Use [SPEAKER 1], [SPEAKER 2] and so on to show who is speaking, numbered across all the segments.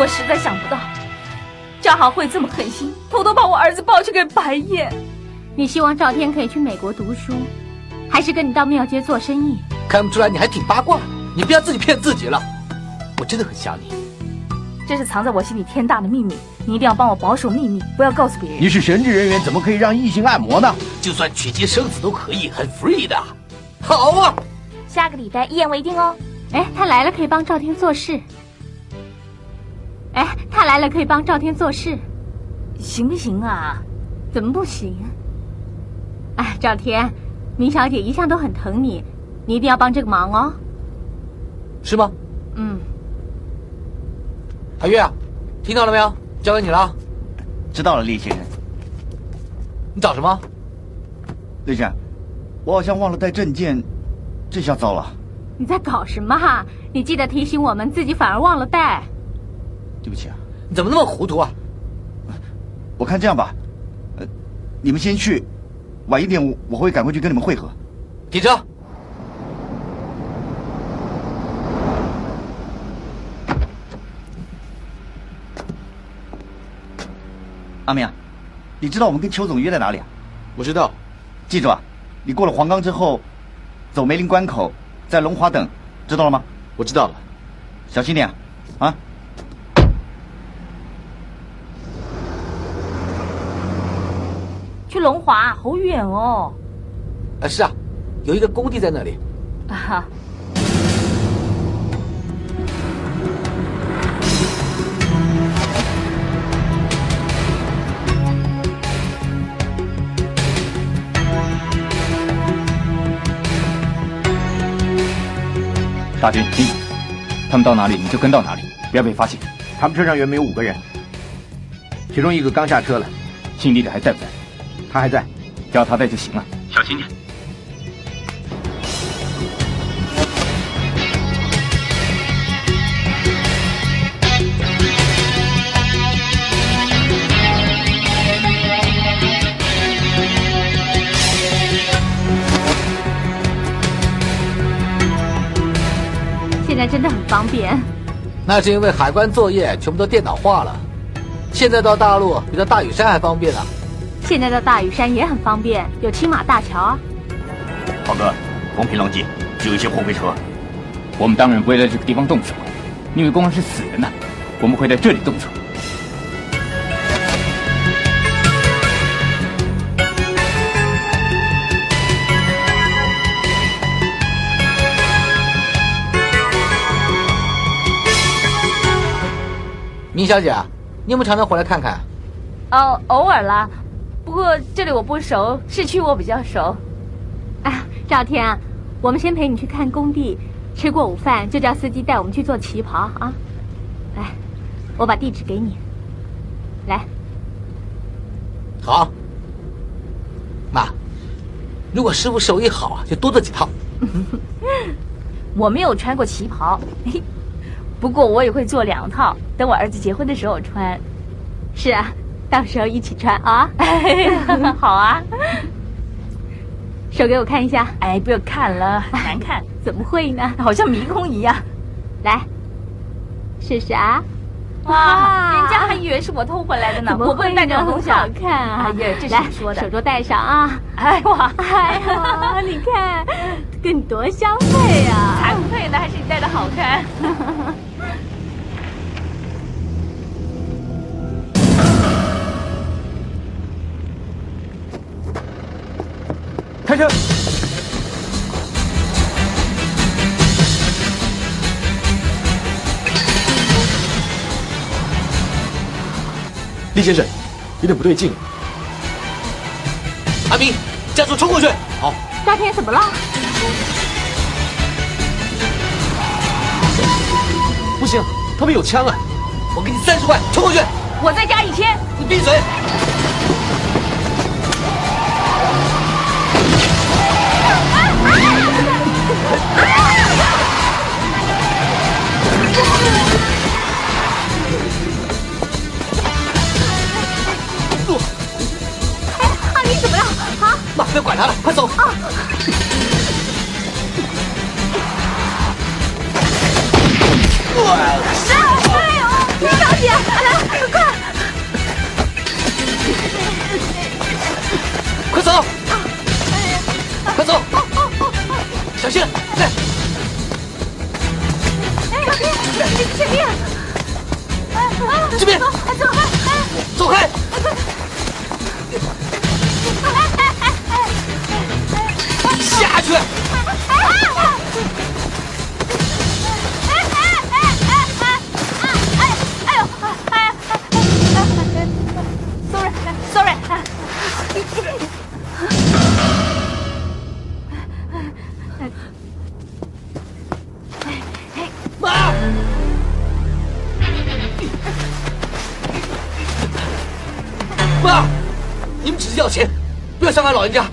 [SPEAKER 1] 我实在想不到，张行会这么狠心，偷偷把我儿子抱去给白夜。
[SPEAKER 2] 你希望赵天可以去美国读书，还是跟你到庙街做生意？
[SPEAKER 3] 看不出来你还挺八卦，你不要自己骗自己了。我真的很想你。
[SPEAKER 1] 这是藏在我心里天大的秘密，你一定要帮我保守秘密，不要告诉别人。
[SPEAKER 4] 你是神职人员，怎么可以让异性按摩呢？
[SPEAKER 3] 就算娶妻生子都可以，很 free 的。好啊，
[SPEAKER 1] 下个礼拜一言为定哦。
[SPEAKER 2] 哎，他来了可以帮赵天做事。哎，他来了可以帮赵天做事，
[SPEAKER 1] 行不行啊？
[SPEAKER 2] 怎么不行？啊哎，赵天，明小姐一向都很疼你，你一定要帮这个忙哦。
[SPEAKER 3] 是吗？
[SPEAKER 2] 嗯，
[SPEAKER 3] 海月啊，听到了没有？交给你了啊。
[SPEAKER 4] 知道了，厉先生。
[SPEAKER 3] 你找什么？
[SPEAKER 4] 厉先生，我好像忘了带证件，这下糟了。
[SPEAKER 2] 你在搞什么哈？你记得提醒我们，自己反而忘了带。
[SPEAKER 4] 对不起啊，
[SPEAKER 3] 你怎么那么糊涂啊？
[SPEAKER 4] 我看这样吧，呃，你们先去，晚一点我我会赶过去跟你们会合。
[SPEAKER 3] 停车！
[SPEAKER 4] 阿明啊，你知道我们跟邱总约在哪里啊？
[SPEAKER 5] 我知道，
[SPEAKER 4] 记住啊，你过了黄冈之后，走梅林关口，在龙华等，知道了吗？
[SPEAKER 5] 我知道了。
[SPEAKER 4] 小心点啊！啊
[SPEAKER 1] 去龙华好远哦。
[SPEAKER 3] 啊，是啊，有一个工地在那里。
[SPEAKER 1] 啊哈，
[SPEAKER 4] 大军，听，他们到哪里你就跟到哪里，不要被发现。
[SPEAKER 5] 他们车上原本有五个人，其中一个刚下车了，
[SPEAKER 4] 姓厉的还在不在？
[SPEAKER 5] 他还在。
[SPEAKER 4] 只要他在就行了。
[SPEAKER 6] 小心点。
[SPEAKER 2] 现在真的很方便。
[SPEAKER 3] 那是因为海关作业全部都电脑化了，现在到大陆比到大屿山还方便呢、啊
[SPEAKER 2] 现在到大屿山也很方便，有青马大桥啊。
[SPEAKER 7] 浩哥，风平浪静，只有一些货柜车。
[SPEAKER 8] 我们当然不会在这个地方动手，因为公安是死人呐、我们会在这里动手。
[SPEAKER 3] 明小姐，啊你有没有常常回来看看啊？
[SPEAKER 1] 哦，偶尔啦。不过这里我不熟，市区我比较熟。
[SPEAKER 2] 啊，赵天啊，我们先陪你去看工地，吃过午饭就叫司机带我们去做旗袍啊。来，我把地址给你。来，
[SPEAKER 3] 好，妈，如果师傅手艺好啊，就多做几套。
[SPEAKER 5] 我没有穿过旗袍， 不过我也会做两套，等我儿子结婚的时候穿。
[SPEAKER 2] 是啊，到时候一起穿 啊。
[SPEAKER 5] 好啊，
[SPEAKER 2] 手给我看一下，
[SPEAKER 5] 哎，不要看了，很 难看，
[SPEAKER 2] 怎么会呢？
[SPEAKER 5] 好像迷宫一样。
[SPEAKER 2] 来，试试啊。
[SPEAKER 5] 哇，人家还以为是我偷回来的呢，
[SPEAKER 2] 怎么
[SPEAKER 5] 我不
[SPEAKER 2] 会
[SPEAKER 5] 能带这
[SPEAKER 2] 呢？
[SPEAKER 5] 种
[SPEAKER 2] 很
[SPEAKER 5] 东西啊
[SPEAKER 2] 好！看啊！
[SPEAKER 5] 哎呀这是
[SPEAKER 2] 来
[SPEAKER 5] 你说的
[SPEAKER 2] 手镯戴上啊！
[SPEAKER 5] 哎哇，
[SPEAKER 2] 哎呀，你看，跟你多相配啊！
[SPEAKER 5] 还不配呢，还是你戴的好看。
[SPEAKER 4] 开车。
[SPEAKER 6] 厉先生，有点不对劲。
[SPEAKER 3] 阿明，加速冲过去！好，
[SPEAKER 2] 夏天怎么了？
[SPEAKER 6] 不行，他们有枪啊！
[SPEAKER 3] 我给你三十块，冲过去！
[SPEAKER 5] 我再加一千，
[SPEAKER 3] 你闭嘴！
[SPEAKER 2] 啊，你怎么了？啊，
[SPEAKER 3] 妈，不要管他了，快走！
[SPEAKER 2] 哎呦，林小姐，来，快！
[SPEAKER 3] 快走！快走！小心！来，
[SPEAKER 2] 哎，这这边，
[SPEAKER 3] 这边
[SPEAKER 2] 快走，哎
[SPEAKER 3] 走开！下去！
[SPEAKER 5] ，sorry，
[SPEAKER 3] 妈！妈，你们只是要钱，不要伤害老人家！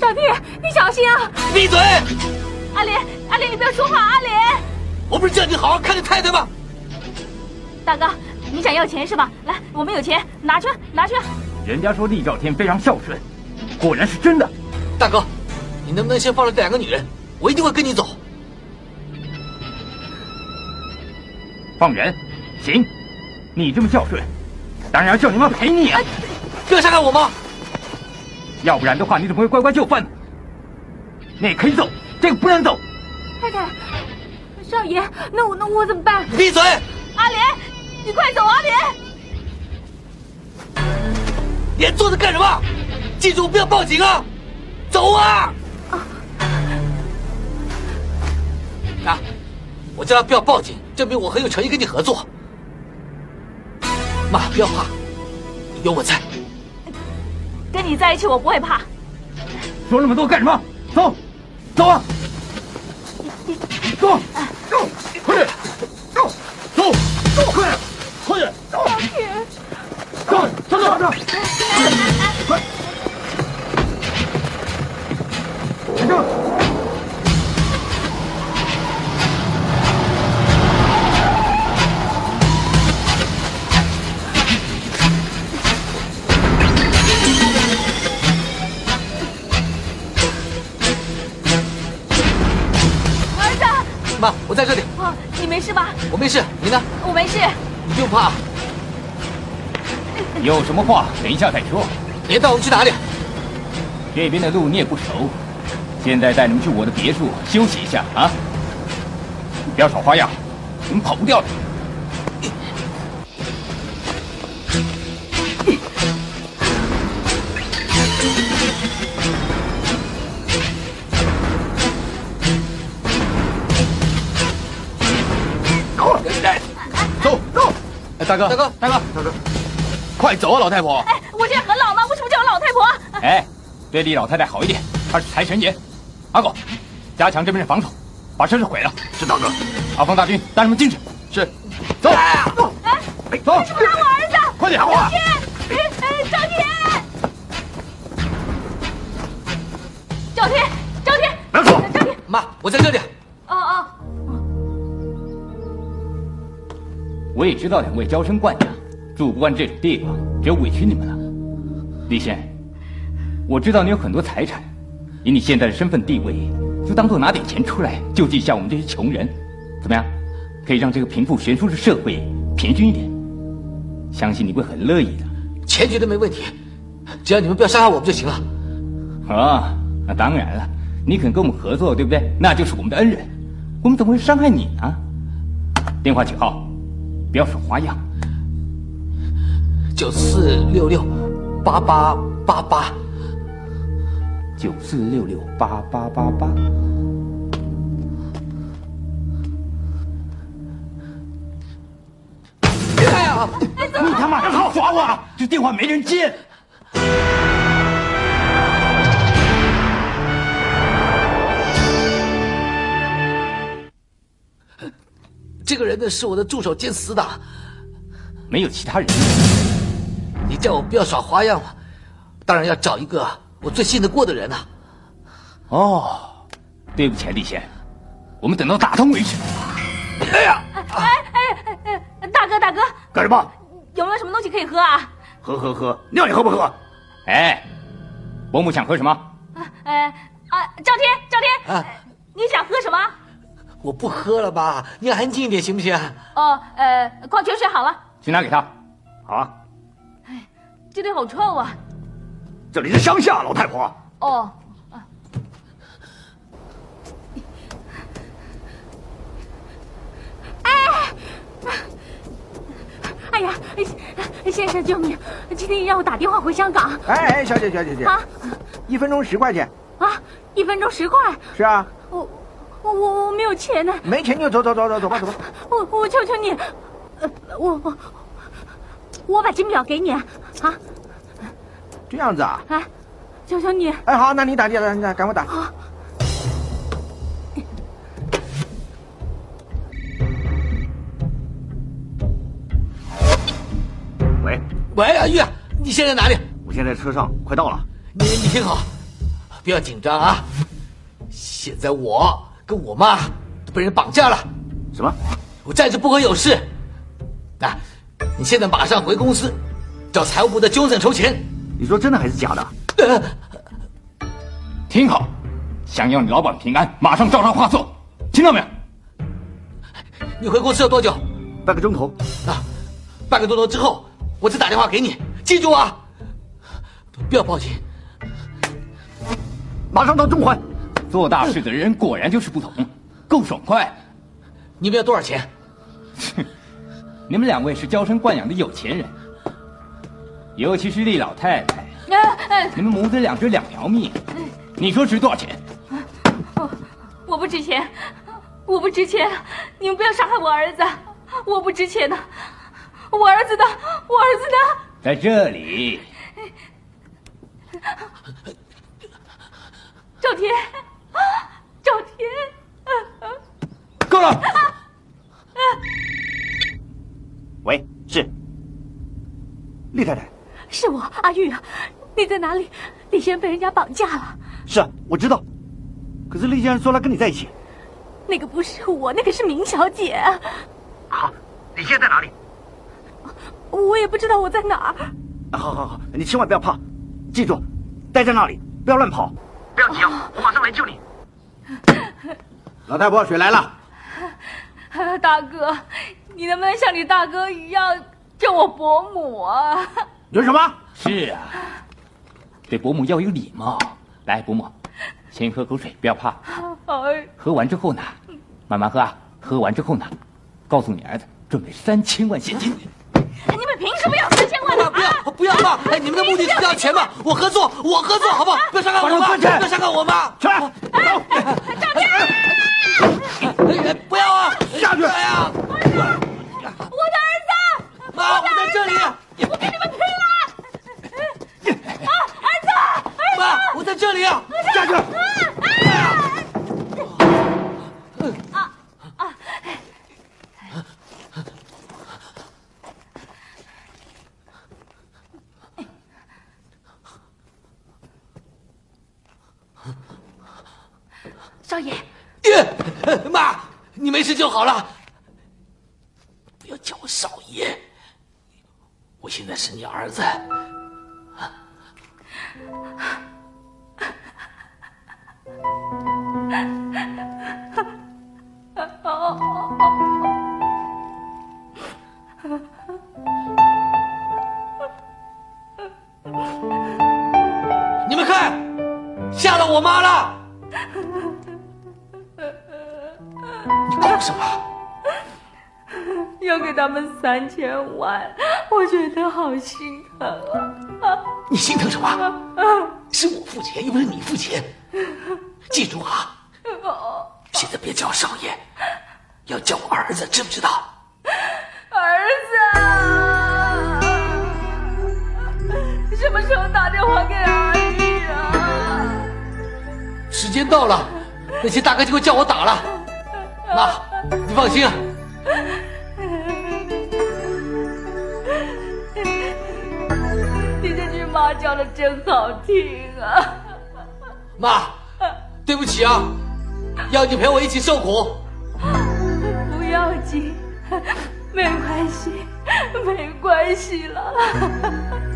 [SPEAKER 5] 小弟，你小心啊！
[SPEAKER 3] 闭嘴！
[SPEAKER 5] 阿莲，阿莲，你不要说话，啊阿莲。
[SPEAKER 3] 我不是叫你好好看着太太吗？
[SPEAKER 5] 大哥，你想要钱是吧？来，我们有钱，拿去，拿去。
[SPEAKER 4] 人家说厉兆天非常孝顺，果然是真的。
[SPEAKER 3] 大哥，你能不能先放了这两个女人？我一定会跟你走。
[SPEAKER 4] 放人，行，你这么孝顺，当然要叫你妈陪你啊，
[SPEAKER 5] 哎
[SPEAKER 3] 不要伤害我妈！
[SPEAKER 4] 要不然的话你怎么会乖乖就范呢？那可以走，这个不能走。
[SPEAKER 2] 太太，少爷，那我那我怎么办？
[SPEAKER 3] 闭嘴！
[SPEAKER 5] 阿莲，你快走，阿莲！
[SPEAKER 3] 你还坐着干什么？记住不要报警啊！走啊！啊！我叫他不要报警，证明我很有诚意跟你合作。妈，不要怕，有我在。
[SPEAKER 5] 跟你在一起，我不会怕。
[SPEAKER 4] 说那么多干什么？走，走啊！走，走，快点，走，走，走，快点，快点，走，走，走走走，快，开车。
[SPEAKER 5] 儿子，
[SPEAKER 3] 妈，我在这里，
[SPEAKER 5] 哦，你没事吧？
[SPEAKER 3] 我没事，你呢？
[SPEAKER 5] 我没事。
[SPEAKER 3] 你就怕？啊
[SPEAKER 4] 有什么话等一下再说。
[SPEAKER 3] 你带我们去哪里？
[SPEAKER 4] 这边的路你也不熟，现在带你们去我的别墅休息一下啊！不要耍花样，你们跑不掉的。
[SPEAKER 6] 走走！哎，大哥，
[SPEAKER 3] 大哥
[SPEAKER 6] 大哥，大哥，快走啊，老太婆！
[SPEAKER 5] 哎，我这样很老吗？为什么叫我老太婆？
[SPEAKER 4] 哎，对李老太太好一点，她是财神爷。阿狗，加强这边的防守，把车子毁了。
[SPEAKER 9] 是大哥，哎
[SPEAKER 4] 阿峰大军，带他们进去。哎
[SPEAKER 6] 是，走，走，走，
[SPEAKER 5] 哎我儿子，
[SPEAKER 6] 快点啊！
[SPEAKER 5] 哎哎，张天，赵天，赵天，
[SPEAKER 9] 拿走！
[SPEAKER 3] 妈，我在这里。
[SPEAKER 5] 哦哦，
[SPEAKER 4] 我也知道两位娇生惯养，住不惯这种地方，只有委屈你们了。李仙，我知道你有很多财产，以你现在的身份地位，就当做拿点钱出来救济一下我们这些穷人，怎么样？可以让这个贫富悬殊的社会平均一点。相信你会很乐意的。
[SPEAKER 3] 钱绝对没问题，只要你们不要伤害我们就行了。
[SPEAKER 4] 啊，那当然了，你肯跟我们合作，对不对？那就是我们的恩人，我们怎么会伤害你呢？电话几号？不要耍花样。
[SPEAKER 3] 九四六六八八八八，
[SPEAKER 4] 九四六六八八八八。你他妈好耍我啊！这电话没人接。
[SPEAKER 3] 这个人呢是我的助手兼死党，
[SPEAKER 4] 没有其他人。
[SPEAKER 3] 你叫我不要耍花样嘛，当然要找一个我最信得过的人啊呐、
[SPEAKER 4] 哦，对不起，啊，李贤，我们等到打通为止。
[SPEAKER 5] 大哥大哥，
[SPEAKER 9] 干什么？
[SPEAKER 5] 有没有什么东西可以喝啊？
[SPEAKER 9] 喝喝喝，尿你喝不喝？
[SPEAKER 4] 哎，伯母想喝什么？
[SPEAKER 5] 哎啊，赵天，赵天，
[SPEAKER 3] 啊
[SPEAKER 5] 你想喝什么？
[SPEAKER 3] 我不喝了吧，你安静一点行不行？
[SPEAKER 5] 哦，呃，矿泉水好了，
[SPEAKER 4] 去拿给他。
[SPEAKER 9] 好啊，
[SPEAKER 5] 这里好臭啊！
[SPEAKER 9] 这里是乡下，老太婆。
[SPEAKER 5] 哦，
[SPEAKER 2] 哎呀，哎先生救命！今天让我打电话回香港
[SPEAKER 10] 哎哎，小姐小姐小姐，
[SPEAKER 2] 啊
[SPEAKER 10] 一分钟十块钱。
[SPEAKER 2] 啊，一分钟十块，
[SPEAKER 10] 是啊，
[SPEAKER 2] 我我我我没有钱呢，
[SPEAKER 10] 没钱就走走走走走吧走吧。
[SPEAKER 2] 我我求求你，呃，我我我把金表给你啊，
[SPEAKER 10] 这样子啊？
[SPEAKER 2] 哎，求求你，
[SPEAKER 10] 哎好，那你打你打你打，赶快打。
[SPEAKER 9] 喂，
[SPEAKER 3] 喂，阿玉，你现在哪里？
[SPEAKER 9] 我现在车上快到了。
[SPEAKER 3] 你你听好，不要紧张啊。现在我跟我妈都被人绑架了，
[SPEAKER 9] 什么？
[SPEAKER 3] 我暂时不会有事。啊，你现在马上回公司，找财务部的 Johnson 筹钱。
[SPEAKER 9] 你说真的还是假的？
[SPEAKER 3] 呃
[SPEAKER 4] 听好，想要你老板平安，马上照上话做，听到没有？
[SPEAKER 3] 你回公司要多久？
[SPEAKER 9] 半个钟头。
[SPEAKER 3] 啊，半个多钟之后我再打电话给你，记住啊，不要报警。
[SPEAKER 9] 马上到中环。
[SPEAKER 4] 做大事的人果然就是不同，够爽快。
[SPEAKER 3] 你们要多少钱？
[SPEAKER 4] 你们两位是娇生惯养的有钱人，尤其是厉老太太，
[SPEAKER 5] 哎哎，
[SPEAKER 4] 你们母子俩是两条命。你说值多少钱？
[SPEAKER 5] 我不值钱，我不值钱，你们不要伤害我儿子，我不值钱的，我儿子的，我儿子的。
[SPEAKER 4] 在这里，
[SPEAKER 5] 赵天，赵天，
[SPEAKER 4] 够了。
[SPEAKER 9] 喂，是
[SPEAKER 10] 厉太太，
[SPEAKER 2] 是我阿玉啊，你在哪里？李轩被人家绑架了，
[SPEAKER 9] 是啊，我知道。可是厉先生说他跟你在一起。
[SPEAKER 2] 那个不是我，那个是明小姐，
[SPEAKER 9] 啊，你现在在哪里？
[SPEAKER 2] 我也不知道我在哪儿。
[SPEAKER 9] 啊好好好，你千万不要怕，记住，待在那里，不要乱跑，不要急，啊我马上来救你。
[SPEAKER 10] 老太婆，水来了。
[SPEAKER 5] 啊大哥，你能不能像你大哥一样救我伯母啊？
[SPEAKER 10] 你说什么？
[SPEAKER 4] 是啊，对伯母要有礼貌。来，伯母，先喝口水，不要怕。
[SPEAKER 5] 哎，
[SPEAKER 4] 喝完之后呢，慢慢喝啊。喝完之后呢，告诉你儿子准备三千万现金。
[SPEAKER 5] 你们凭什么要三千万呢？
[SPEAKER 3] 啊不要不要嘛！哎，你们的目的是要钱嘛？我合作，我合作，好不好？不要伤害我妈！
[SPEAKER 4] 把手
[SPEAKER 3] 不
[SPEAKER 4] 攥起来
[SPEAKER 3] 要伤害我妈！
[SPEAKER 10] 去，
[SPEAKER 3] 哎哎不要啊！
[SPEAKER 10] 下去
[SPEAKER 3] 哎呀！我的儿子！妈，我在这里！啊我给你们拼了！啊，儿子！妈，我在这里啊！
[SPEAKER 10] 下去。
[SPEAKER 5] 少爷，
[SPEAKER 3] 爷，妈，你没事就好了。不要叫我少爷，我现在是你儿子。你们看，吓到我妈了。你哭什么？
[SPEAKER 5] 要给他们三千万，我觉得好心疼啊！
[SPEAKER 3] 你心疼什么？是我付钱，又不是你付钱。记住啊，现在别叫我少爷，要叫我儿子，知不知道？
[SPEAKER 5] 儿子啊，什么时候打电话给阿姨啊？
[SPEAKER 3] 时间到了，那些大哥就会叫我打了。妈，你放心，啊
[SPEAKER 5] 你这句妈叫的真好听啊！
[SPEAKER 3] 妈，对不起啊，要你陪我一起受苦。
[SPEAKER 5] 不要紧，没关系，没关系了。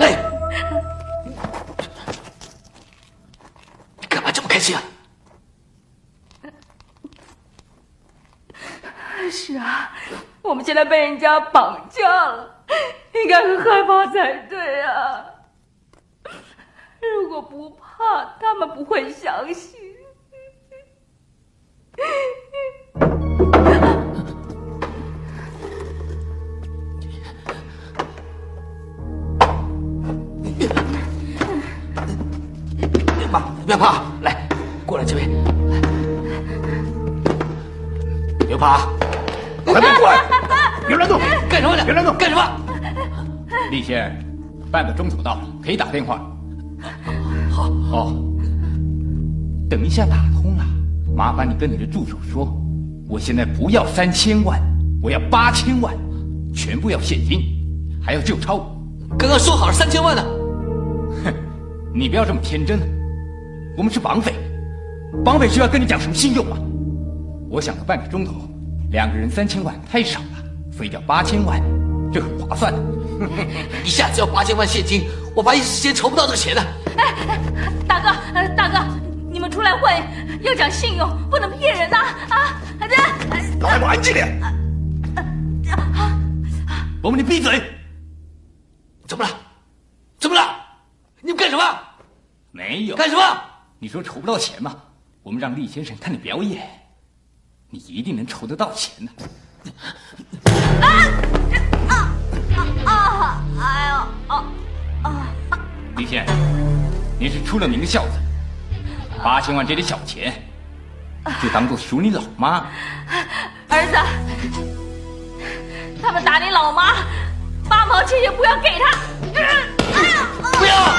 [SPEAKER 3] 哎，你干嘛这么开心啊？
[SPEAKER 5] 是啊，我们现在被人家绑架了，应该很害怕才对啊。如果不怕，他们不会相信。
[SPEAKER 3] 妈，你不要怕，啊来，过来这边，来别怕啊，
[SPEAKER 11] 还不过来！别乱动！
[SPEAKER 3] 干什么呢？
[SPEAKER 11] 别乱动
[SPEAKER 3] 干什么？
[SPEAKER 4] 李先生，半个钟头到了，可以打电话。好，哦，等一下打通了，麻烦你跟你的助手说，我现在不要三千万，我要八千万，全部要现金，还要旧钞。
[SPEAKER 3] 刚刚说好了三千万呢，
[SPEAKER 4] 你不要这么天真，我们是绑匪，绑匪需要跟你讲什么信用啊？我想了半个钟头，两个人三千万太少了，所以叫八千万，这很划算的。
[SPEAKER 3] 一下子要八千万现金，我怕一时间筹不到这个钱呢。
[SPEAKER 5] 大哥，呃大哥，你们出来混要讲信用，不能骗人呐啊！啊这
[SPEAKER 11] 老外们安静点！
[SPEAKER 4] 伯母，你闭嘴！
[SPEAKER 3] 怎么了？怎么了？你们干什么？
[SPEAKER 4] 没有
[SPEAKER 3] 干什么？
[SPEAKER 4] 你说筹不到钱嘛？我们让厉先生看你表演，你一定能筹得到钱的、
[SPEAKER 5] 啊，哎呦，哦，
[SPEAKER 4] 李先生，您是出了名的孝子，八千万这点小钱，就当做赎你老妈。
[SPEAKER 5] 儿子，他们打你老妈，八毛钱也不要给他。哎呀，
[SPEAKER 3] 不要！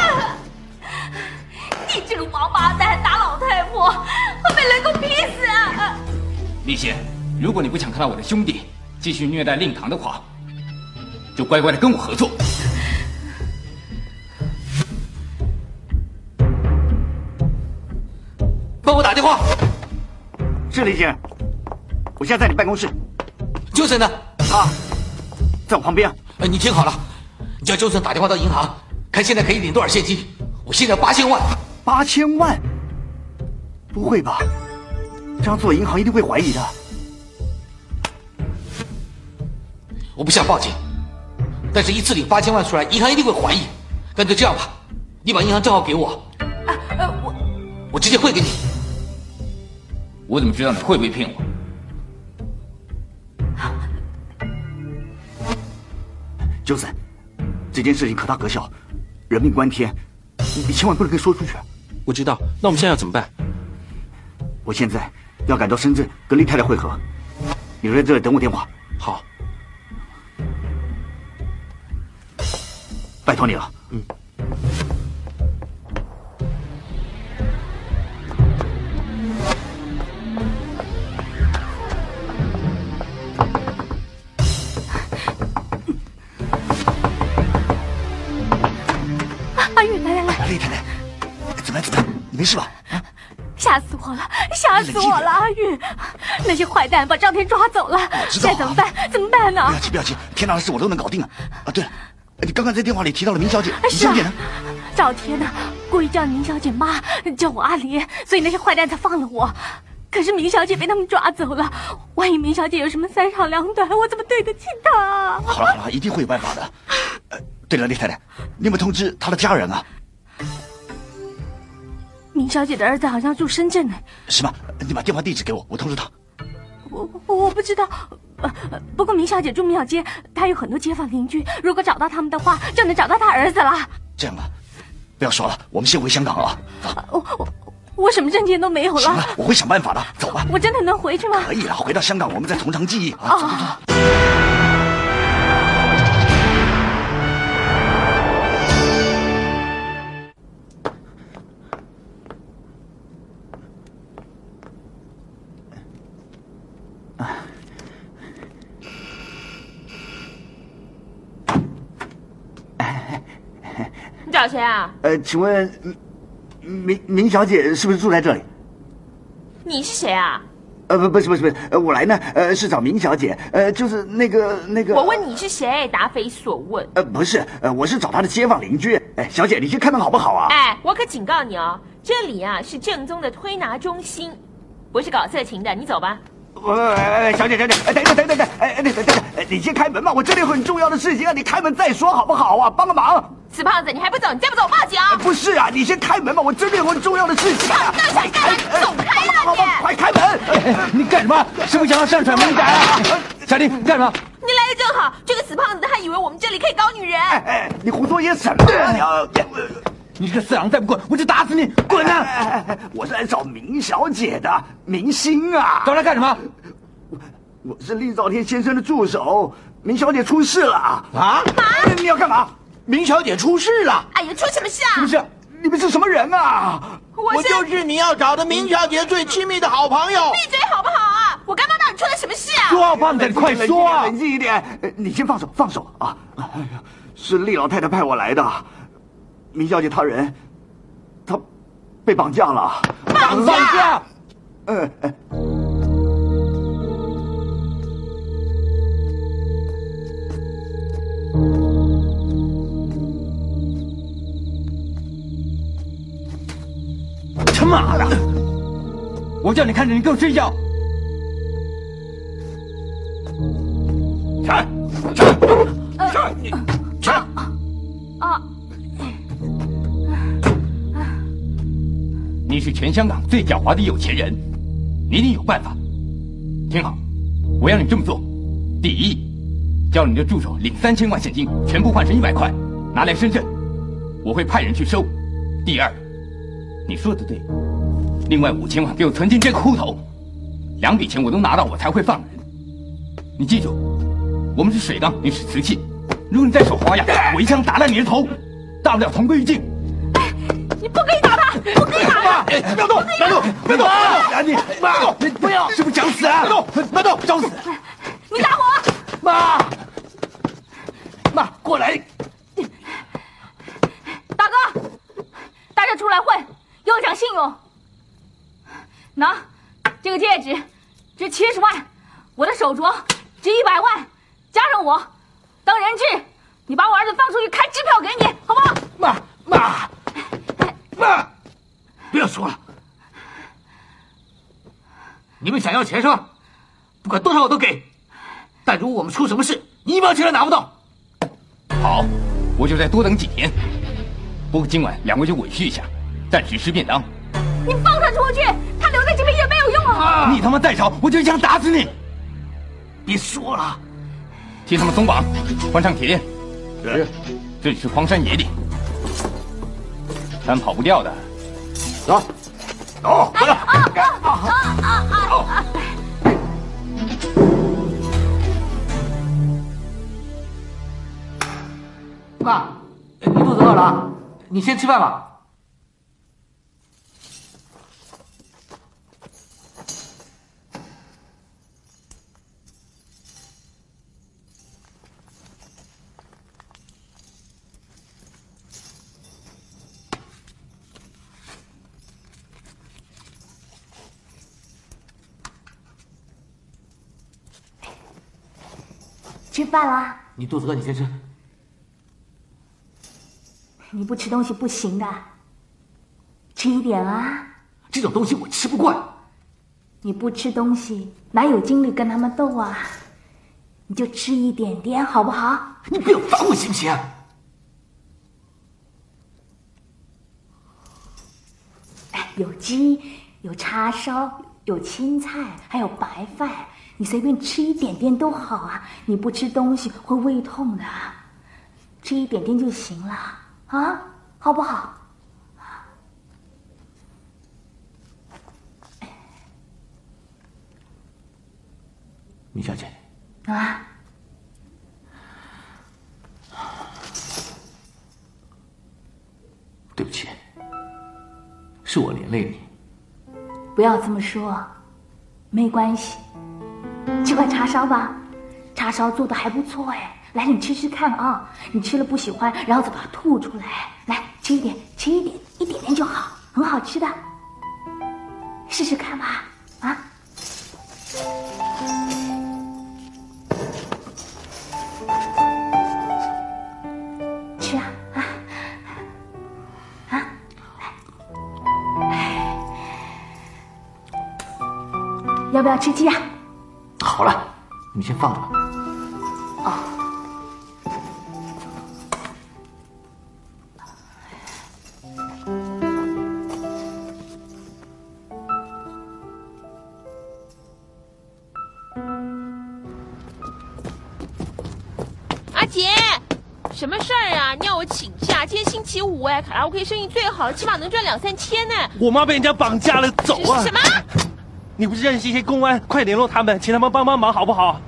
[SPEAKER 5] 你这个王八蛋打老太婆，会被人工劈死啊！
[SPEAKER 4] 李先生，如果你不想看到我的兄弟继续虐待令堂的话，就乖乖的跟我合作。
[SPEAKER 3] 帮我打电话，
[SPEAKER 9] 是李先生，我现在在你办公室，
[SPEAKER 3] 纠正呢？
[SPEAKER 9] 他在我旁边。
[SPEAKER 3] 呃，你听好了，你叫周成打电话到银行，看现在可以领多少现金。我现在八千万，
[SPEAKER 9] 八千万？不会吧？这样做银行一定会怀疑的。
[SPEAKER 3] 我不想报警，但是一次领八千万出来，银行一定会怀疑。干脆这样吧，你把银行账号给我，
[SPEAKER 5] 呃，我
[SPEAKER 3] 我直接汇给你。
[SPEAKER 4] 我怎么知道你会不会骗我？
[SPEAKER 9] j o s e 这件事情可大可小，人命关天，你你千万不能跟说出去。
[SPEAKER 6] 我知道。那我们现在要怎么办？
[SPEAKER 9] 我现在要赶到深圳跟厉太太会合，你留在这里等我电话，
[SPEAKER 6] 好，
[SPEAKER 9] 拜托你了。
[SPEAKER 2] 怀孕，来来来，
[SPEAKER 9] 哎丽太太，怎么样？怎么样？你没事吧？啊，
[SPEAKER 2] 吓死我了，吓死我了！阿玉，那些坏蛋把张天抓走了，
[SPEAKER 9] 知
[SPEAKER 2] 现在
[SPEAKER 9] 道啊
[SPEAKER 2] 怎么办？怎么办
[SPEAKER 10] 哎
[SPEAKER 2] 呢
[SPEAKER 9] 不要？急，不要急，天大的事我都能搞定啊！啊，对了，你刚刚在电话里提到了明小姐，明
[SPEAKER 2] 是
[SPEAKER 9] 小姐呢
[SPEAKER 2] 啊？，赵天呐，故意叫明小姐妈，叫我阿离，所以那些坏蛋才放了我。可是明小姐被他们抓走了，万一明小姐有什么三长两短，我怎么对得起她啊？
[SPEAKER 9] 好了好了，一定会有办法的。呃，对了，丽太太，你有没有通知她的家人啊？
[SPEAKER 2] 明小姐的儿子好像住深圳呢，
[SPEAKER 9] 是吗？你把电话地址给我，我通知她。
[SPEAKER 2] 我我我不知道。呃不过明小姐住庙街，她有很多街坊邻居，如果找到他们的话，就能找到她儿子了。
[SPEAKER 9] 这样吧，不要说了，我们先回香港啊。
[SPEAKER 2] 呃我我我什么证件都没有
[SPEAKER 9] 行了
[SPEAKER 2] 了，，
[SPEAKER 9] 我会想办法的，走吧。
[SPEAKER 2] 我真的能回去吗？
[SPEAKER 9] 可以了，回到香港我们再从长计议啊。走走走
[SPEAKER 2] 啊！
[SPEAKER 12] 你找谁啊？
[SPEAKER 9] 呃，请问嗯明明小姐是不是住在这里？
[SPEAKER 12] 你是谁啊？
[SPEAKER 9] 呃，不，不是，不是，不是，呃，我来呢，呃，是找明小姐，呃，就是那个那个。
[SPEAKER 12] 我问你是谁，答非所问。
[SPEAKER 9] 呃，不是，呃，我是找她的街坊邻居。哎，小姐，你去看看好不好啊？
[SPEAKER 12] 哎，我可警告你哦，这里啊是正宗的推拿中心，不是搞色情的。你走吧。
[SPEAKER 9] 喂喂喂，呃小姐，小姐，哎，等等等等等，哎哎，等等等等，哎你先开门吧，我这里有很重要的事情啊，你开门再说好不好啊？帮个忙。
[SPEAKER 12] 死胖子，你还不走？你再不走，我报警！
[SPEAKER 9] 哎不是啊，你先开门吧，我这里有很重要的事情啊。
[SPEAKER 12] 那想干嘛？你走开
[SPEAKER 9] 帮个忙
[SPEAKER 12] 啦
[SPEAKER 9] 快开门！哎
[SPEAKER 13] 你干什么？是不是想要上传吗？你敢啊？小林，你干什么？
[SPEAKER 12] 你！你来的正好，这个死胖子他以为我们这里可以搞女人。
[SPEAKER 9] 哎哎，你胡说些什么啊？你啊哎
[SPEAKER 13] 你这个色狼，再不滚，我就打死你！滚
[SPEAKER 9] 哎
[SPEAKER 13] 呐、
[SPEAKER 9] 哎哎，我是来找明小姐的，明星啊！
[SPEAKER 13] 找他干什么？
[SPEAKER 9] 我是厉兆天先生的助手，明小姐出事了啊！
[SPEAKER 13] 啊？
[SPEAKER 9] 哎你要干嘛？
[SPEAKER 13] 明小姐出事了，
[SPEAKER 12] 哎呀，出什么事
[SPEAKER 13] 是不
[SPEAKER 12] 啊？
[SPEAKER 13] 是？
[SPEAKER 9] 你们是什么人啊？
[SPEAKER 12] 我是
[SPEAKER 13] 是你要找的明小姐最亲密的好朋友。
[SPEAKER 12] 闭嘴好不好啊？我干妈到底出了什么事啊？
[SPEAKER 13] 说，胖子，你快说啊！
[SPEAKER 9] 冷静一点，冷静一点呃你先放手，放手啊！哎呀，是厉老太太派我来的，明小姐她人，她被绑架了。
[SPEAKER 13] 绑架！
[SPEAKER 9] 嗯，哎
[SPEAKER 13] 他妈的！我叫你看着你，给我睡觉！起来，起来，起来，你起来！
[SPEAKER 4] 你是全香港最狡猾的有钱人，你一定有办法。听好，我要你这么做：第一，叫你的助手领三千万现金，全部换成一百块，拿来深圳，我会派人去收。第二，你说的对，另外五千万给我存进这个户头，两笔钱我都拿到，我才会放人。你记住，我们是水缸，你是瓷器，如果你再耍花样，我一枪打烂你的头，大不了同归于尽。
[SPEAKER 12] 你不可以打他，不可以打他！
[SPEAKER 13] 哎，不要动，别动，别动！啊你妈，不要，是不是想死啊？别动，别动，找死！
[SPEAKER 12] 你打我！
[SPEAKER 13] 妈，妈，过来！
[SPEAKER 2] 大哥，大家出来混，要讲信用。拿这个戒指，值七十万；我的手镯值一百万，加上我当人质，你把我儿子放出去，开支票给你，好不好？
[SPEAKER 13] 妈，妈，妈，
[SPEAKER 3] 不要说了，你们想要钱是吧？不管多少我都给，但如果我们出什么事，你一毛钱都拿不到。
[SPEAKER 4] 好，我就再多等几天。不过今晚两位就委屈一下，暂时吃便当。
[SPEAKER 2] 你放他出去，他留在这边也没有用啊！
[SPEAKER 4] 你他妈再吵，我就一枪打死你！
[SPEAKER 3] 别说了，
[SPEAKER 4] 替他们松绑，换上铁链。这里是荒山野岭，咱跑不掉的。
[SPEAKER 13] 走，
[SPEAKER 9] 走，回来。
[SPEAKER 3] 爸，呃你肚子饿了啊，你先吃饭吧。
[SPEAKER 14] 吃饭啊啦！
[SPEAKER 3] 你肚子饿，你先吃。
[SPEAKER 14] 你不吃东西不行的，吃一点啊！
[SPEAKER 3] 这种东西我吃不惯。
[SPEAKER 14] 你不吃东西，哪有精力跟他们斗啊？你就吃一点点，好不好？
[SPEAKER 3] 你不要烦我行不行？
[SPEAKER 15] 啊
[SPEAKER 14] 哎，有鸡，有叉烧，有青菜，还有白饭，你随便吃一点点都好啊！你不吃东西会胃痛的，啊吃一点点就行了啊，好不好？
[SPEAKER 3] 米小姐，
[SPEAKER 14] 啊，
[SPEAKER 3] 对不起，是我连累你。
[SPEAKER 14] 不要这么说，没关系。吃块叉烧吧，叉烧做的还不错哎，来你吃吃看啊！你吃了不喜欢，然后再把它吐出来。来，吃一点，吃一点，一点点就好，很好吃的。试试看吧，啊！吃啊啊啊！来，要不要吃鸡啊？
[SPEAKER 3] 好了，你先放着吧。
[SPEAKER 12] 阿杰，什么事儿啊？你要我请假？今天星期五哎，卡拉 OK 生意最好了，起码能赚两三千呢。
[SPEAKER 4] 我妈被人家绑架了，走啊！
[SPEAKER 12] 什么？？
[SPEAKER 4] 你不是认识一些公安？快联络他们，请他们帮帮忙，好不好？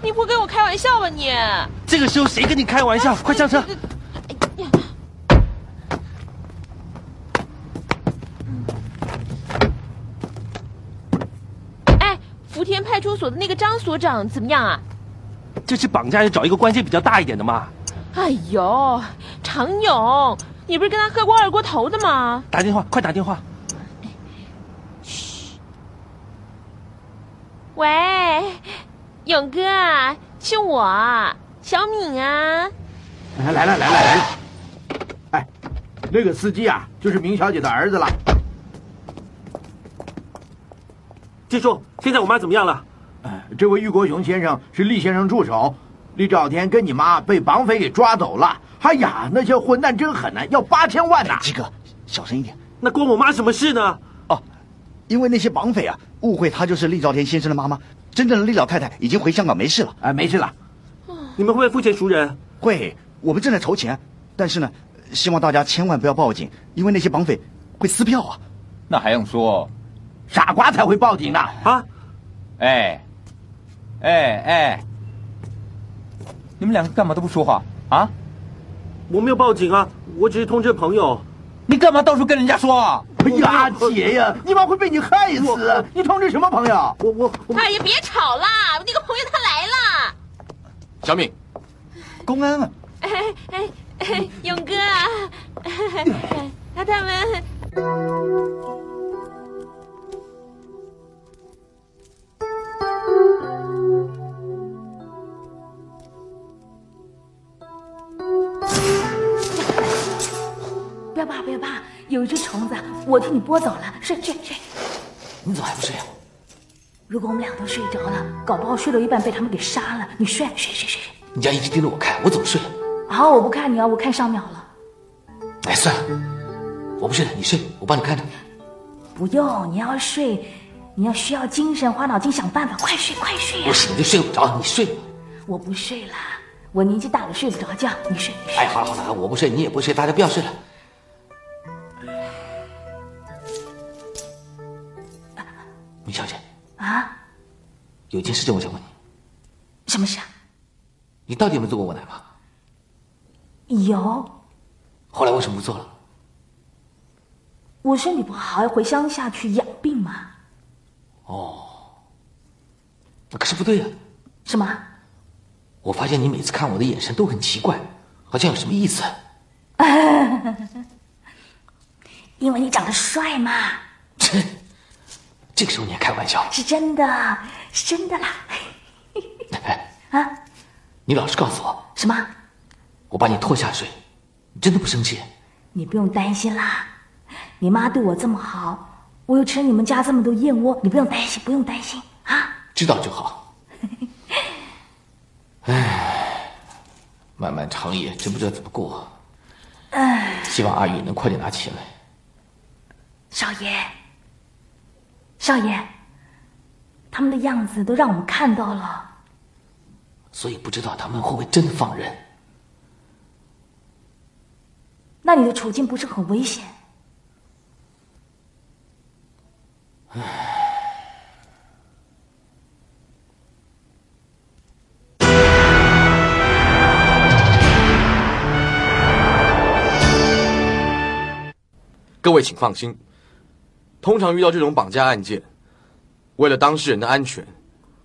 [SPEAKER 12] 你不会跟我开玩笑吧你？哎
[SPEAKER 4] 这个时候谁跟你开玩笑？快上车！
[SPEAKER 12] 哎，福田派出所的那个张所长怎么样啊？
[SPEAKER 4] 这次绑架要找一个关系比较大一点的嘛。
[SPEAKER 12] 哎呦，常勇，你不是跟他喝过二锅头的吗？
[SPEAKER 4] 打电话，快打电话！
[SPEAKER 12] 喂，勇哥啊，是我啊，小敏啊。
[SPEAKER 9] 来来了来了来了！哎，那个司机啊，就是明小姐的儿子了。
[SPEAKER 4] 记住，现在我妈怎么样了？
[SPEAKER 9] 哎这位玉国雄先生是厉先生助手，厉兆天跟你妈被绑匪给抓走了。哎呀，那些混蛋真狠呐、啊要八千万呐、
[SPEAKER 15] 鸡哥，小声一点。
[SPEAKER 4] 哎那关我妈什么事呢？
[SPEAKER 15] 哦，因为那些绑匪啊，误会她就是厉兆天先生的妈妈，真正的厉老太太已经回香港没事了。
[SPEAKER 9] 哎，没事了。
[SPEAKER 4] 你们会不会付钱赎人？
[SPEAKER 15] 会，我们正在筹钱，但是呢，希望大家千万不要报警，因为那些绑匪会撕票啊。
[SPEAKER 16] 那还用说？
[SPEAKER 9] 傻瓜才会报警呢！
[SPEAKER 4] 啊！
[SPEAKER 16] 哎，哎哎，你们两个干嘛都不说话啊？
[SPEAKER 4] 我没有报警啊，我只是通知朋友。
[SPEAKER 16] 你干嘛到处跟人家说啊？
[SPEAKER 9] 哎呀，阿杰呀，你妈会被你害死！啊你通知什么朋友？
[SPEAKER 4] 我我
[SPEAKER 12] 哎呀，别吵啦，那个朋友他来了。
[SPEAKER 15] 小敏，公安啊，
[SPEAKER 12] 哎哎哎，勇哥 啊，那他们。
[SPEAKER 14] 不要怕，不要怕，有一只虫子，啊我替你拨走了，睡睡睡。
[SPEAKER 3] 你怎么还不睡啊？
[SPEAKER 14] 如果我们俩都睡着了，搞不好睡到一半被他们给杀了。你睡睡睡睡睡。
[SPEAKER 3] 你家一直盯着我看，我怎么睡啊？
[SPEAKER 14] 好，我不看你啊，我看上淼了。
[SPEAKER 3] 哎，算了，我不睡了，你睡，我帮你看着。
[SPEAKER 14] 不用，你要睡，你要需要精神，花脑筋想办法，快睡快睡呀、
[SPEAKER 3] 我醒了就睡不着，你睡吧。
[SPEAKER 14] 我不睡了，我年纪大了睡不着觉，你睡。
[SPEAKER 3] 哎，好了好了，我不睡，你也不睡，大家不要睡了。米小姐，
[SPEAKER 14] 啊？
[SPEAKER 3] 有一件事情我想问你，
[SPEAKER 14] 什么事啊？
[SPEAKER 3] 你到底有没有做过我奶妈？
[SPEAKER 14] 有，
[SPEAKER 3] 后来为什么不做了？
[SPEAKER 14] 我身体不好，要回乡下去养病嘛。
[SPEAKER 3] 哦，可是不对呀、啊
[SPEAKER 14] 什么？
[SPEAKER 3] 我发现你每次看我的眼神都很奇怪，好像有什么意思。
[SPEAKER 14] 因为你长得帅嘛，
[SPEAKER 3] 这个时候你还开玩笑？
[SPEAKER 14] 是真的，是真的啦。啊，
[SPEAKER 3] 哎你老实告诉我，
[SPEAKER 14] 什么？
[SPEAKER 3] 我把你拖下水，你真的不生气？
[SPEAKER 14] 你不用担心啦，你妈对我这么好，我又吃你们家这么多燕窝，你不用担心，不用担心啊。
[SPEAKER 3] 知道就好。唉，漫漫长夜真不知道怎么过，
[SPEAKER 14] 唉，
[SPEAKER 3] 希望阿玉能快点拿钱来。
[SPEAKER 14] 少爷，少爷，他们的样子都让我们看到了。
[SPEAKER 3] 所以不知道他们会不会真的放人。
[SPEAKER 14] 那你的处境不是很危险？
[SPEAKER 17] 各位请放心，通常遇到这种绑架案件，为了当事人的安全，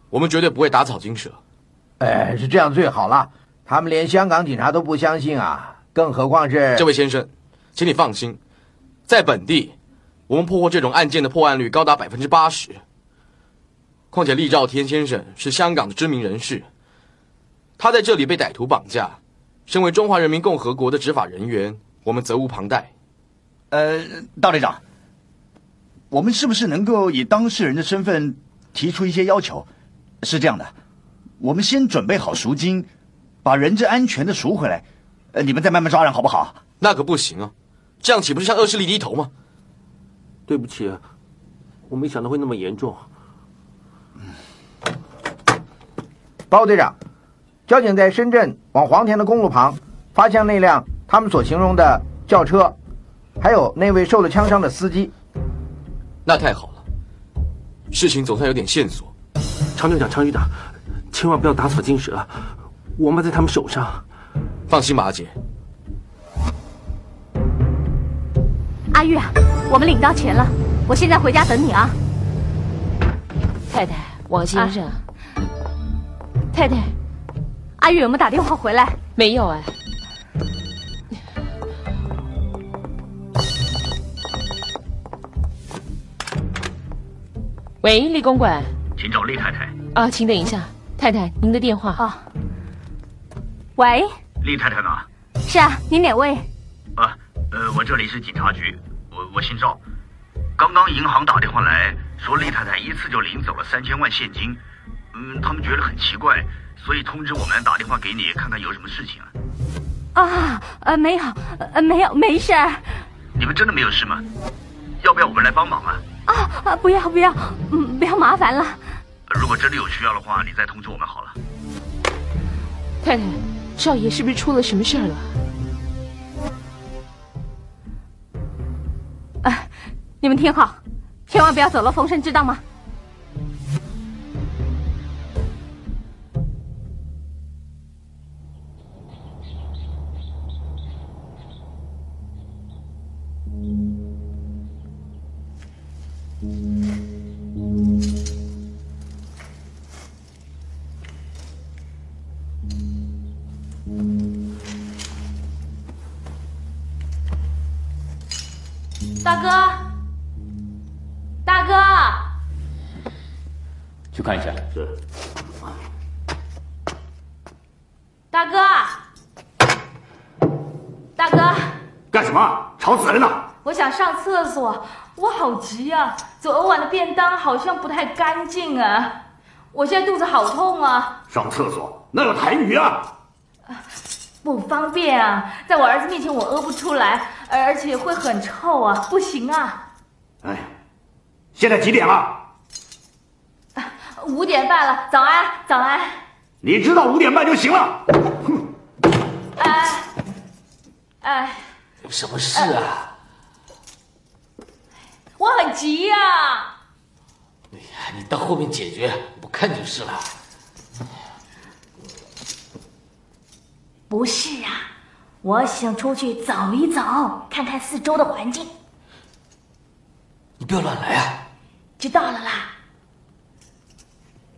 [SPEAKER 17] 我们绝对不会打草惊蛇。
[SPEAKER 9] 哎，是这样最好了。他们连香港警察都不相信啊，更何况是
[SPEAKER 17] 这位先生，请你放心，在本地，我们破获这种案件的破案率高达百分之八十。况且厉兆天先生是香港的知名人士，他在这里被歹徒绑架，身为中华人民共和国的执法人员，我们责无旁贷。
[SPEAKER 18] 呃，大队长，我们是不是能够以当事人的身份提出一些要求？是这样的，我们先准备好赎金，把人质安全的赎回来，呃，你们再慢慢抓人，好不好？
[SPEAKER 17] 那可不行啊，这样岂不是向恶势力低头吗？
[SPEAKER 19] 对不起，啊我没想到会那么严重。
[SPEAKER 9] 包队长，交警在深圳往黄田的公路旁发现那辆他们所形容的轿车，还有那位受了枪伤的司机。
[SPEAKER 17] 那太好了，事情总算有点线索。
[SPEAKER 19] 常队长，常队长，千万不要打草惊
[SPEAKER 4] 啊
[SPEAKER 19] 蛇，我妈在他们手上。
[SPEAKER 17] 放心吧，阿杰，
[SPEAKER 2] 阿玉，啊我们领到钱了，我现在回家等你啊。
[SPEAKER 12] 太太，王先生，太太，
[SPEAKER 2] 阿玉有没有打电话回来？
[SPEAKER 12] 没有哎。喂，李公馆
[SPEAKER 4] 请找厉太太。
[SPEAKER 12] 啊，请等一下，太太，您的电话
[SPEAKER 2] 啊。喂，
[SPEAKER 4] 厉太太呢？
[SPEAKER 2] 是啊，您哪位？
[SPEAKER 4] 啊，呃，我这里是警察局，我我姓赵。刚刚银行打电话来说，厉太太一次就领走了三千万现金。嗯，他们觉得很奇怪，所以通知我们打电话给你，看看有什么事情啊。
[SPEAKER 2] 啊，呃，没有，呃，没有，没事儿。
[SPEAKER 4] 你们真的没有事吗？要不要我们来帮忙啊？
[SPEAKER 2] 啊啊，不要不要，嗯，不要麻烦了。
[SPEAKER 4] 如果真的有需要的话，你再通知我们好了。
[SPEAKER 12] 太太，少爷是不是出了什么事儿了？
[SPEAKER 2] 你们听好，千万不要走漏风声，知道吗？大哥。大哥，
[SPEAKER 20] 去看一下。是。
[SPEAKER 2] 大哥，大哥，
[SPEAKER 4] 干什么？吵死人了！
[SPEAKER 2] 我想上厕所，我好急啊！昨晚的便当好像不太干净啊，我现在肚子好痛啊，
[SPEAKER 4] 上厕所那有痰盂啊！
[SPEAKER 2] 不方便啊，在我儿子面前我屙不出来，而而且会很臭啊，不行啊！
[SPEAKER 4] 哎呀，现在几点了？
[SPEAKER 2] 五点半了，早安，啊早安！
[SPEAKER 4] 你知道五点半就行了。
[SPEAKER 2] 哎哎，
[SPEAKER 3] 什么事啊？
[SPEAKER 2] 我很急呀、
[SPEAKER 3] 你到后面解决，我看就是了。
[SPEAKER 14] 不是啊，我想出去走一走，看看四周的环境。
[SPEAKER 3] 你不要乱来啊！
[SPEAKER 14] 知道了啦，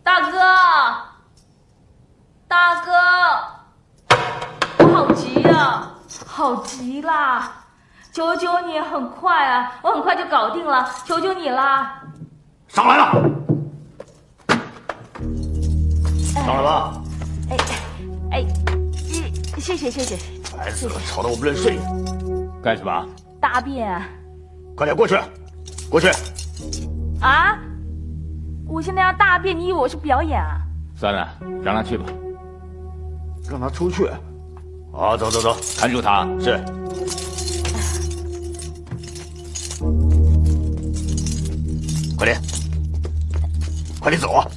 [SPEAKER 2] 大哥，大哥，我好急啊，好急啦！求求你，很快啊，我很快就搞定了，求求你啦！
[SPEAKER 4] 上来了，
[SPEAKER 14] 哎
[SPEAKER 4] 上来吧。
[SPEAKER 2] 哎，
[SPEAKER 14] 嗯谢谢谢谢，
[SPEAKER 9] 烦死了，哎吵得我不能睡。
[SPEAKER 3] 干什么？
[SPEAKER 14] 大便啊
[SPEAKER 9] 快点过去，过去。
[SPEAKER 14] 啊！我现在要大便，你以为我是表演啊？
[SPEAKER 3] 算了，让他去吧。
[SPEAKER 9] 让他出去。好，啊走走走，
[SPEAKER 3] 看住
[SPEAKER 4] 啊
[SPEAKER 3] 他。
[SPEAKER 9] 是。快点，快点走啊！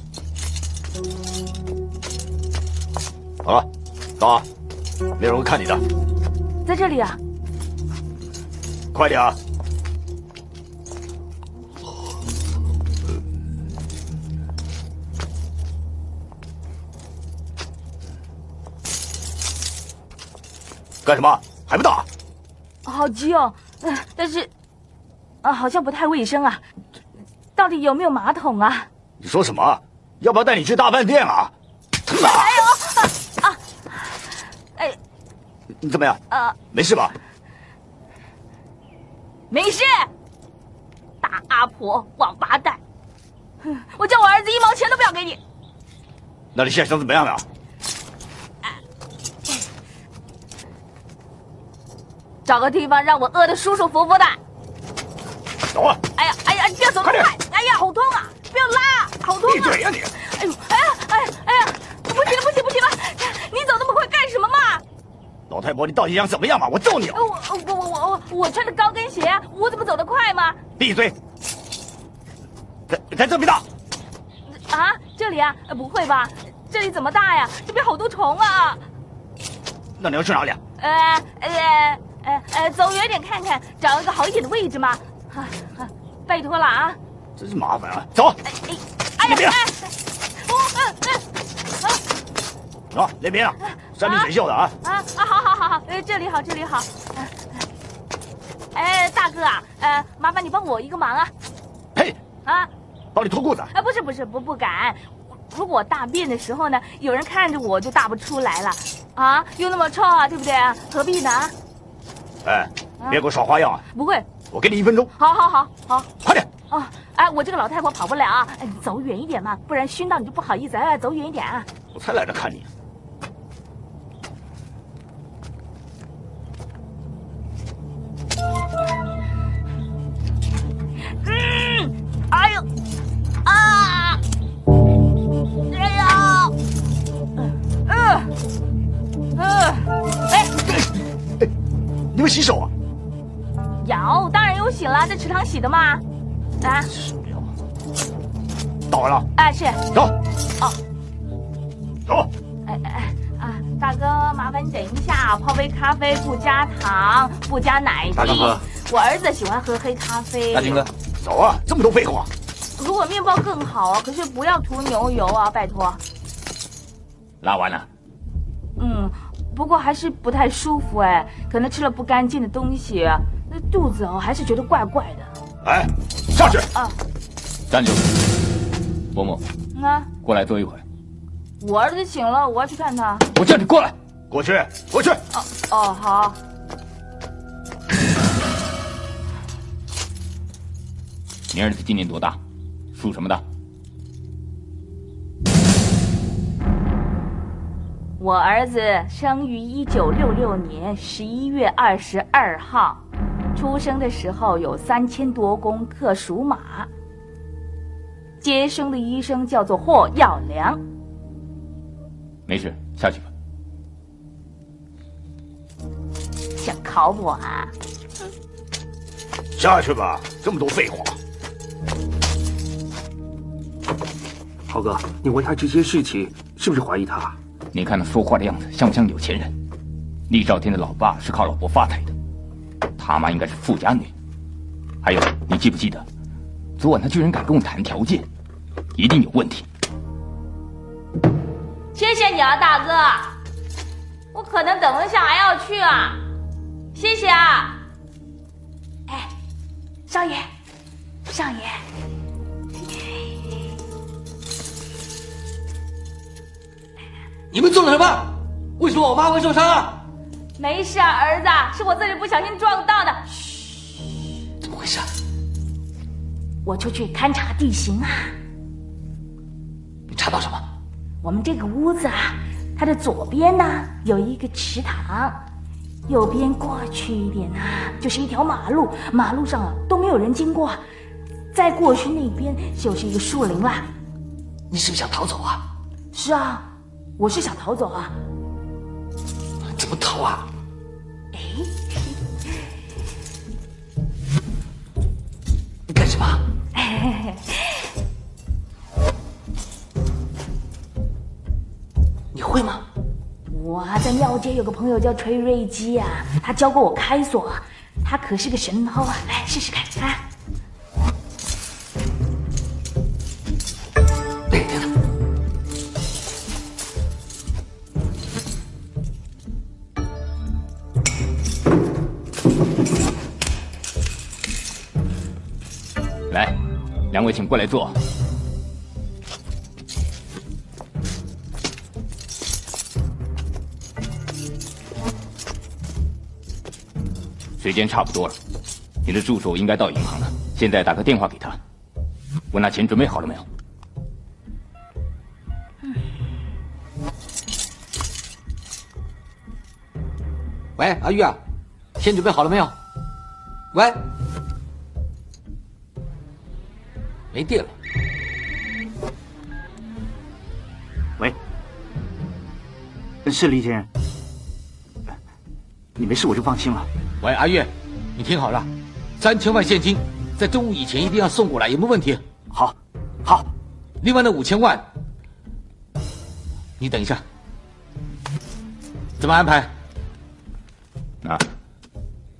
[SPEAKER 9] 好了，到啊，没有人会看你的，
[SPEAKER 14] 在这里啊，
[SPEAKER 9] 快点啊！干什么？还不到啊？
[SPEAKER 14] 好急哦。呃但是，啊，好像不太卫生啊。到底有没有马桶啊？
[SPEAKER 9] 你说什么？要不要带你去大饭店啊？
[SPEAKER 14] 哎，
[SPEAKER 9] 你怎么样？
[SPEAKER 14] 啊，
[SPEAKER 9] 没事吧？
[SPEAKER 2] 没事。大阿婆，王八蛋！哼我叫我儿子一毛钱都不要给你。
[SPEAKER 9] 那你现在想怎么样啊了？
[SPEAKER 2] 找个地方让我饿得舒舒服服的。
[SPEAKER 9] 走啊！
[SPEAKER 2] 哎呀，哎呀，你不要走那么快！哎呀，好痛啊！不要拉，好痛啊！
[SPEAKER 9] 闭嘴呀你！
[SPEAKER 2] 哎呦，哎呀，哎呀，哎呀，不行了，不行，不行了！啊你走那么快干什么嘛？哎
[SPEAKER 9] 老太婆，你到底想怎么样嘛？我揍你！
[SPEAKER 2] 我我我我我我穿着高跟鞋，我怎么走得快嘛？
[SPEAKER 9] 闭嘴！在在这边大，
[SPEAKER 2] 啊，这里啊，呃不会吧？这里怎么大呀？这边好多虫啊！
[SPEAKER 9] 那你要去哪里啊？
[SPEAKER 2] 呃呃呃呃，走远点看看，找一个好一点的位置嘛。啊啊，拜托了啊！
[SPEAKER 9] 真是麻烦啊！走，
[SPEAKER 2] 哎
[SPEAKER 9] 那边
[SPEAKER 2] 呀，哎，我嗯嗯。
[SPEAKER 9] 走那边啊，山明水秀的啊！
[SPEAKER 2] 啊啊，好好好好，呃，这里好，这里好。啊哎，大哥啊，呃，麻烦你帮我一个忙啊。
[SPEAKER 9] 嘿。
[SPEAKER 2] 啊
[SPEAKER 9] 帮你脱裤子。
[SPEAKER 2] 啊，不是不是，不不敢。如果我大便的时候呢，有人看着我就大不出来了，啊，又那么臭啊，对不对？何必呢？
[SPEAKER 9] 哎，别给我耍花样啊！
[SPEAKER 2] 不会，
[SPEAKER 9] 我给你一分钟，
[SPEAKER 2] 好好好好，
[SPEAKER 9] 快点！
[SPEAKER 2] 哦，哎，我这个老太婆跑不了啊，哎你走远一点嘛，不然熏到你就不好意思。哎，走远一点啊。
[SPEAKER 9] 我才懒得看你。
[SPEAKER 2] 嗯，哎呦，啊，哎呀，嗯、嗯、哎，
[SPEAKER 9] 你们洗手啊？
[SPEAKER 2] 有，当然有洗了，在池塘洗的嘛。啊，
[SPEAKER 9] 到完了，
[SPEAKER 2] 啊是，
[SPEAKER 9] 走。
[SPEAKER 2] 哦，
[SPEAKER 9] 走。
[SPEAKER 2] 哎哎哎，啊，大哥，麻烦你等一下，啊泡杯咖啡，不加糖，不加奶精。
[SPEAKER 9] 大哥哥
[SPEAKER 2] 我儿子喜欢喝黑咖啡。
[SPEAKER 9] 大金哥，走啊！这么多废话，
[SPEAKER 2] 如果面包更好啊，可是不要涂牛油啊，拜托。
[SPEAKER 3] 拉完了，
[SPEAKER 2] 嗯，不过还是不太舒服哎，可能吃了不干净的东西，那肚子哦还是觉得怪怪的。
[SPEAKER 9] 哎，下去。
[SPEAKER 2] 啊，
[SPEAKER 3] 站住！伯母，
[SPEAKER 2] 那
[SPEAKER 3] 过来坐一会儿。
[SPEAKER 2] 啊我儿子醒了，我要去看他。
[SPEAKER 3] 我叫你过来，
[SPEAKER 9] 过去，过去。
[SPEAKER 2] 哦哦，好。
[SPEAKER 3] 你儿子今年多大？属什么的？
[SPEAKER 2] 我儿子生于一九六六年十一月二十二号，出生的时候有三千多公克属马。接生的医生叫做霍耀良。
[SPEAKER 3] 没事，下去吧。
[SPEAKER 2] 想考我啊？
[SPEAKER 9] 下去吧，这么多废话。
[SPEAKER 3] 浩哥，你为他这些事情是不是怀疑他？你看他说话的样子，像不像有钱人？厉兆天的老爸是靠老婆发财的，他妈应该是富家女。还有，你记不记得，昨晚他居然敢跟我谈条件，一定有问题。
[SPEAKER 2] 谢谢你啊，大哥，我可能等一下还要去啊，谢谢啊。
[SPEAKER 14] 少爷，少爷，
[SPEAKER 21] 你们做了什么？为什么我妈会受伤啊？
[SPEAKER 2] 没事啊，儿子，是我自己不小心撞到的。嘘，
[SPEAKER 21] 怎么回事？
[SPEAKER 14] 我出去勘察地形啊。
[SPEAKER 21] 你查到什么？
[SPEAKER 14] 我们这个屋子啊，它的左边呢有一个池塘，右边过去一点呢就是一条马路，马路上啊都没有人经过，再过去那边就是一个树林啦。
[SPEAKER 3] 你是不是想逃走啊？
[SPEAKER 14] 是啊，我是想逃走啊。
[SPEAKER 3] 怎么逃啊？
[SPEAKER 14] 哎，
[SPEAKER 3] 你干什么？你会吗？
[SPEAKER 14] 我啊在庙街有个朋友叫锤瑞基啊，他教过我开锁，他可是个神偷啊，来试试看啊。
[SPEAKER 4] 来，两位请过来坐。时间差不多了，你的助手应该到银行了，现在打个电话给他。我那钱准备好了没有？
[SPEAKER 3] 喂，阿玉啊，钱准备好了没有？喂，没电了。
[SPEAKER 9] 喂，是李先生，你没事我就放心了。
[SPEAKER 3] 喂，阿月，你听好了，三千万现金在中午以前一定要送过来，有没有问题？
[SPEAKER 9] 好，好。
[SPEAKER 3] 另外那五千万，你等一下，怎么安排？
[SPEAKER 4] 啊，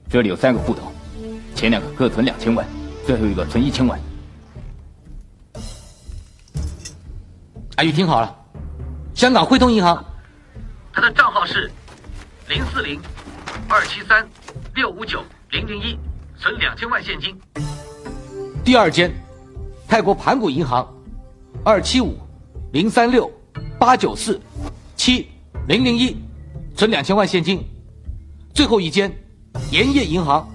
[SPEAKER 4] 这里有三个户头，前两个各存两千万，最后一个存一千万。
[SPEAKER 3] 阿玉听好了，香港汇通银行
[SPEAKER 22] 他的账号是零四零二七三六五九零零一，存两千万现金。
[SPEAKER 3] 第二间，泰国盘古银行二七五零三六八九四七零零一，存两千万现金。最后一间，盐业银行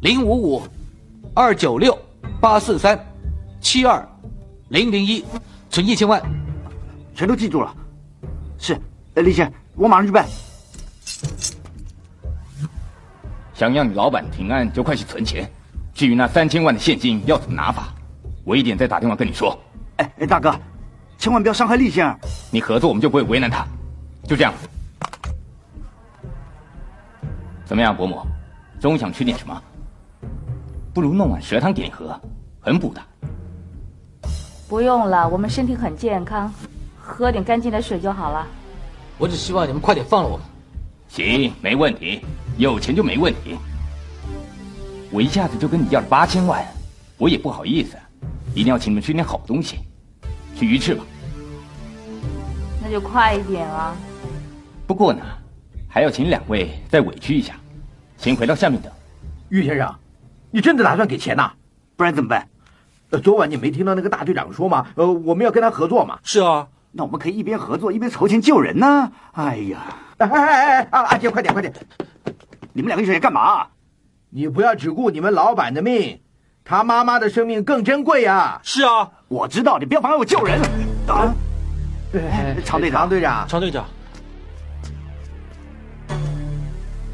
[SPEAKER 3] 零五五二九六八四三七二零零一，存一千万。
[SPEAKER 9] 全都记住了。是，呃李先生，我马上去办。
[SPEAKER 4] 想要你老板平安，就快去存钱。至于那三千万的现金要怎么拿法，我一点再打电话跟你说。
[SPEAKER 9] 哎哎，大哥，千万不要伤害厉先生。
[SPEAKER 4] 你合作，我们就不会为难他。就这样。怎么样，伯母？中午想吃点什么？不如弄碗蛇汤给你喝，很补的。
[SPEAKER 2] 不用了，我们身体很健康，喝点干净的水就好了。
[SPEAKER 3] 我只希望你们快点放了我们。
[SPEAKER 4] 行，没问题，有钱就没问题。我一下子就跟你要了八千万，我也不好意思，一定要请你们吃点好东西，吃鱼翅吧。
[SPEAKER 2] 那就快一点啊！
[SPEAKER 4] 不过呢，还要请两位再委屈一下，先回到下面等。
[SPEAKER 23] 玉先生，你真的打算给钱呐、
[SPEAKER 9] 不然怎么办？
[SPEAKER 23] 呃，昨晚你没听到那个大队长说吗？呃，我们要跟他合作嘛。
[SPEAKER 3] 是啊，
[SPEAKER 9] 那我们可以一边合作一边筹钱救人呢。哎呀，
[SPEAKER 23] 哎哎哎哎，阿阿杰，快点快点！
[SPEAKER 9] 你们两个一起来干嘛？啊
[SPEAKER 23] 你不要只顾你们老板的命，他妈妈的生命更珍贵呀、
[SPEAKER 3] 是啊，
[SPEAKER 9] 我知道，你不要妨碍我救人。啊，
[SPEAKER 23] 哎
[SPEAKER 9] 常 队长，
[SPEAKER 23] 常队长，
[SPEAKER 3] 常队长，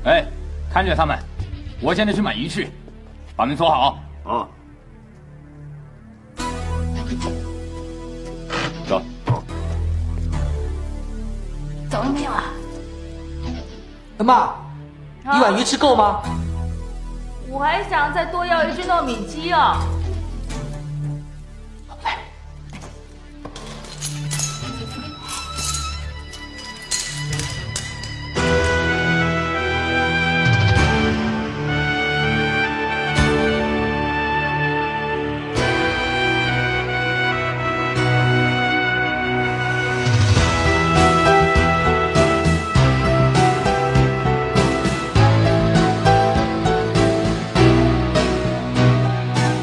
[SPEAKER 4] 哎，看着他们，我现在去买鱼翅，把门锁好。
[SPEAKER 9] 哦，
[SPEAKER 4] 走。
[SPEAKER 14] 走了没有啊？
[SPEAKER 3] 妈，一碗鱼翅够吗？
[SPEAKER 2] 我还想再多要一只糯米鸡哦。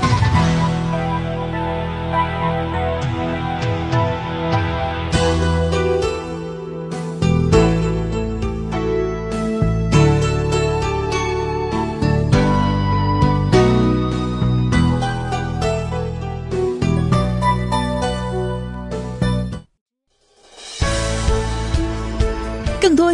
[SPEAKER 24] 啊！
[SPEAKER 25] 更多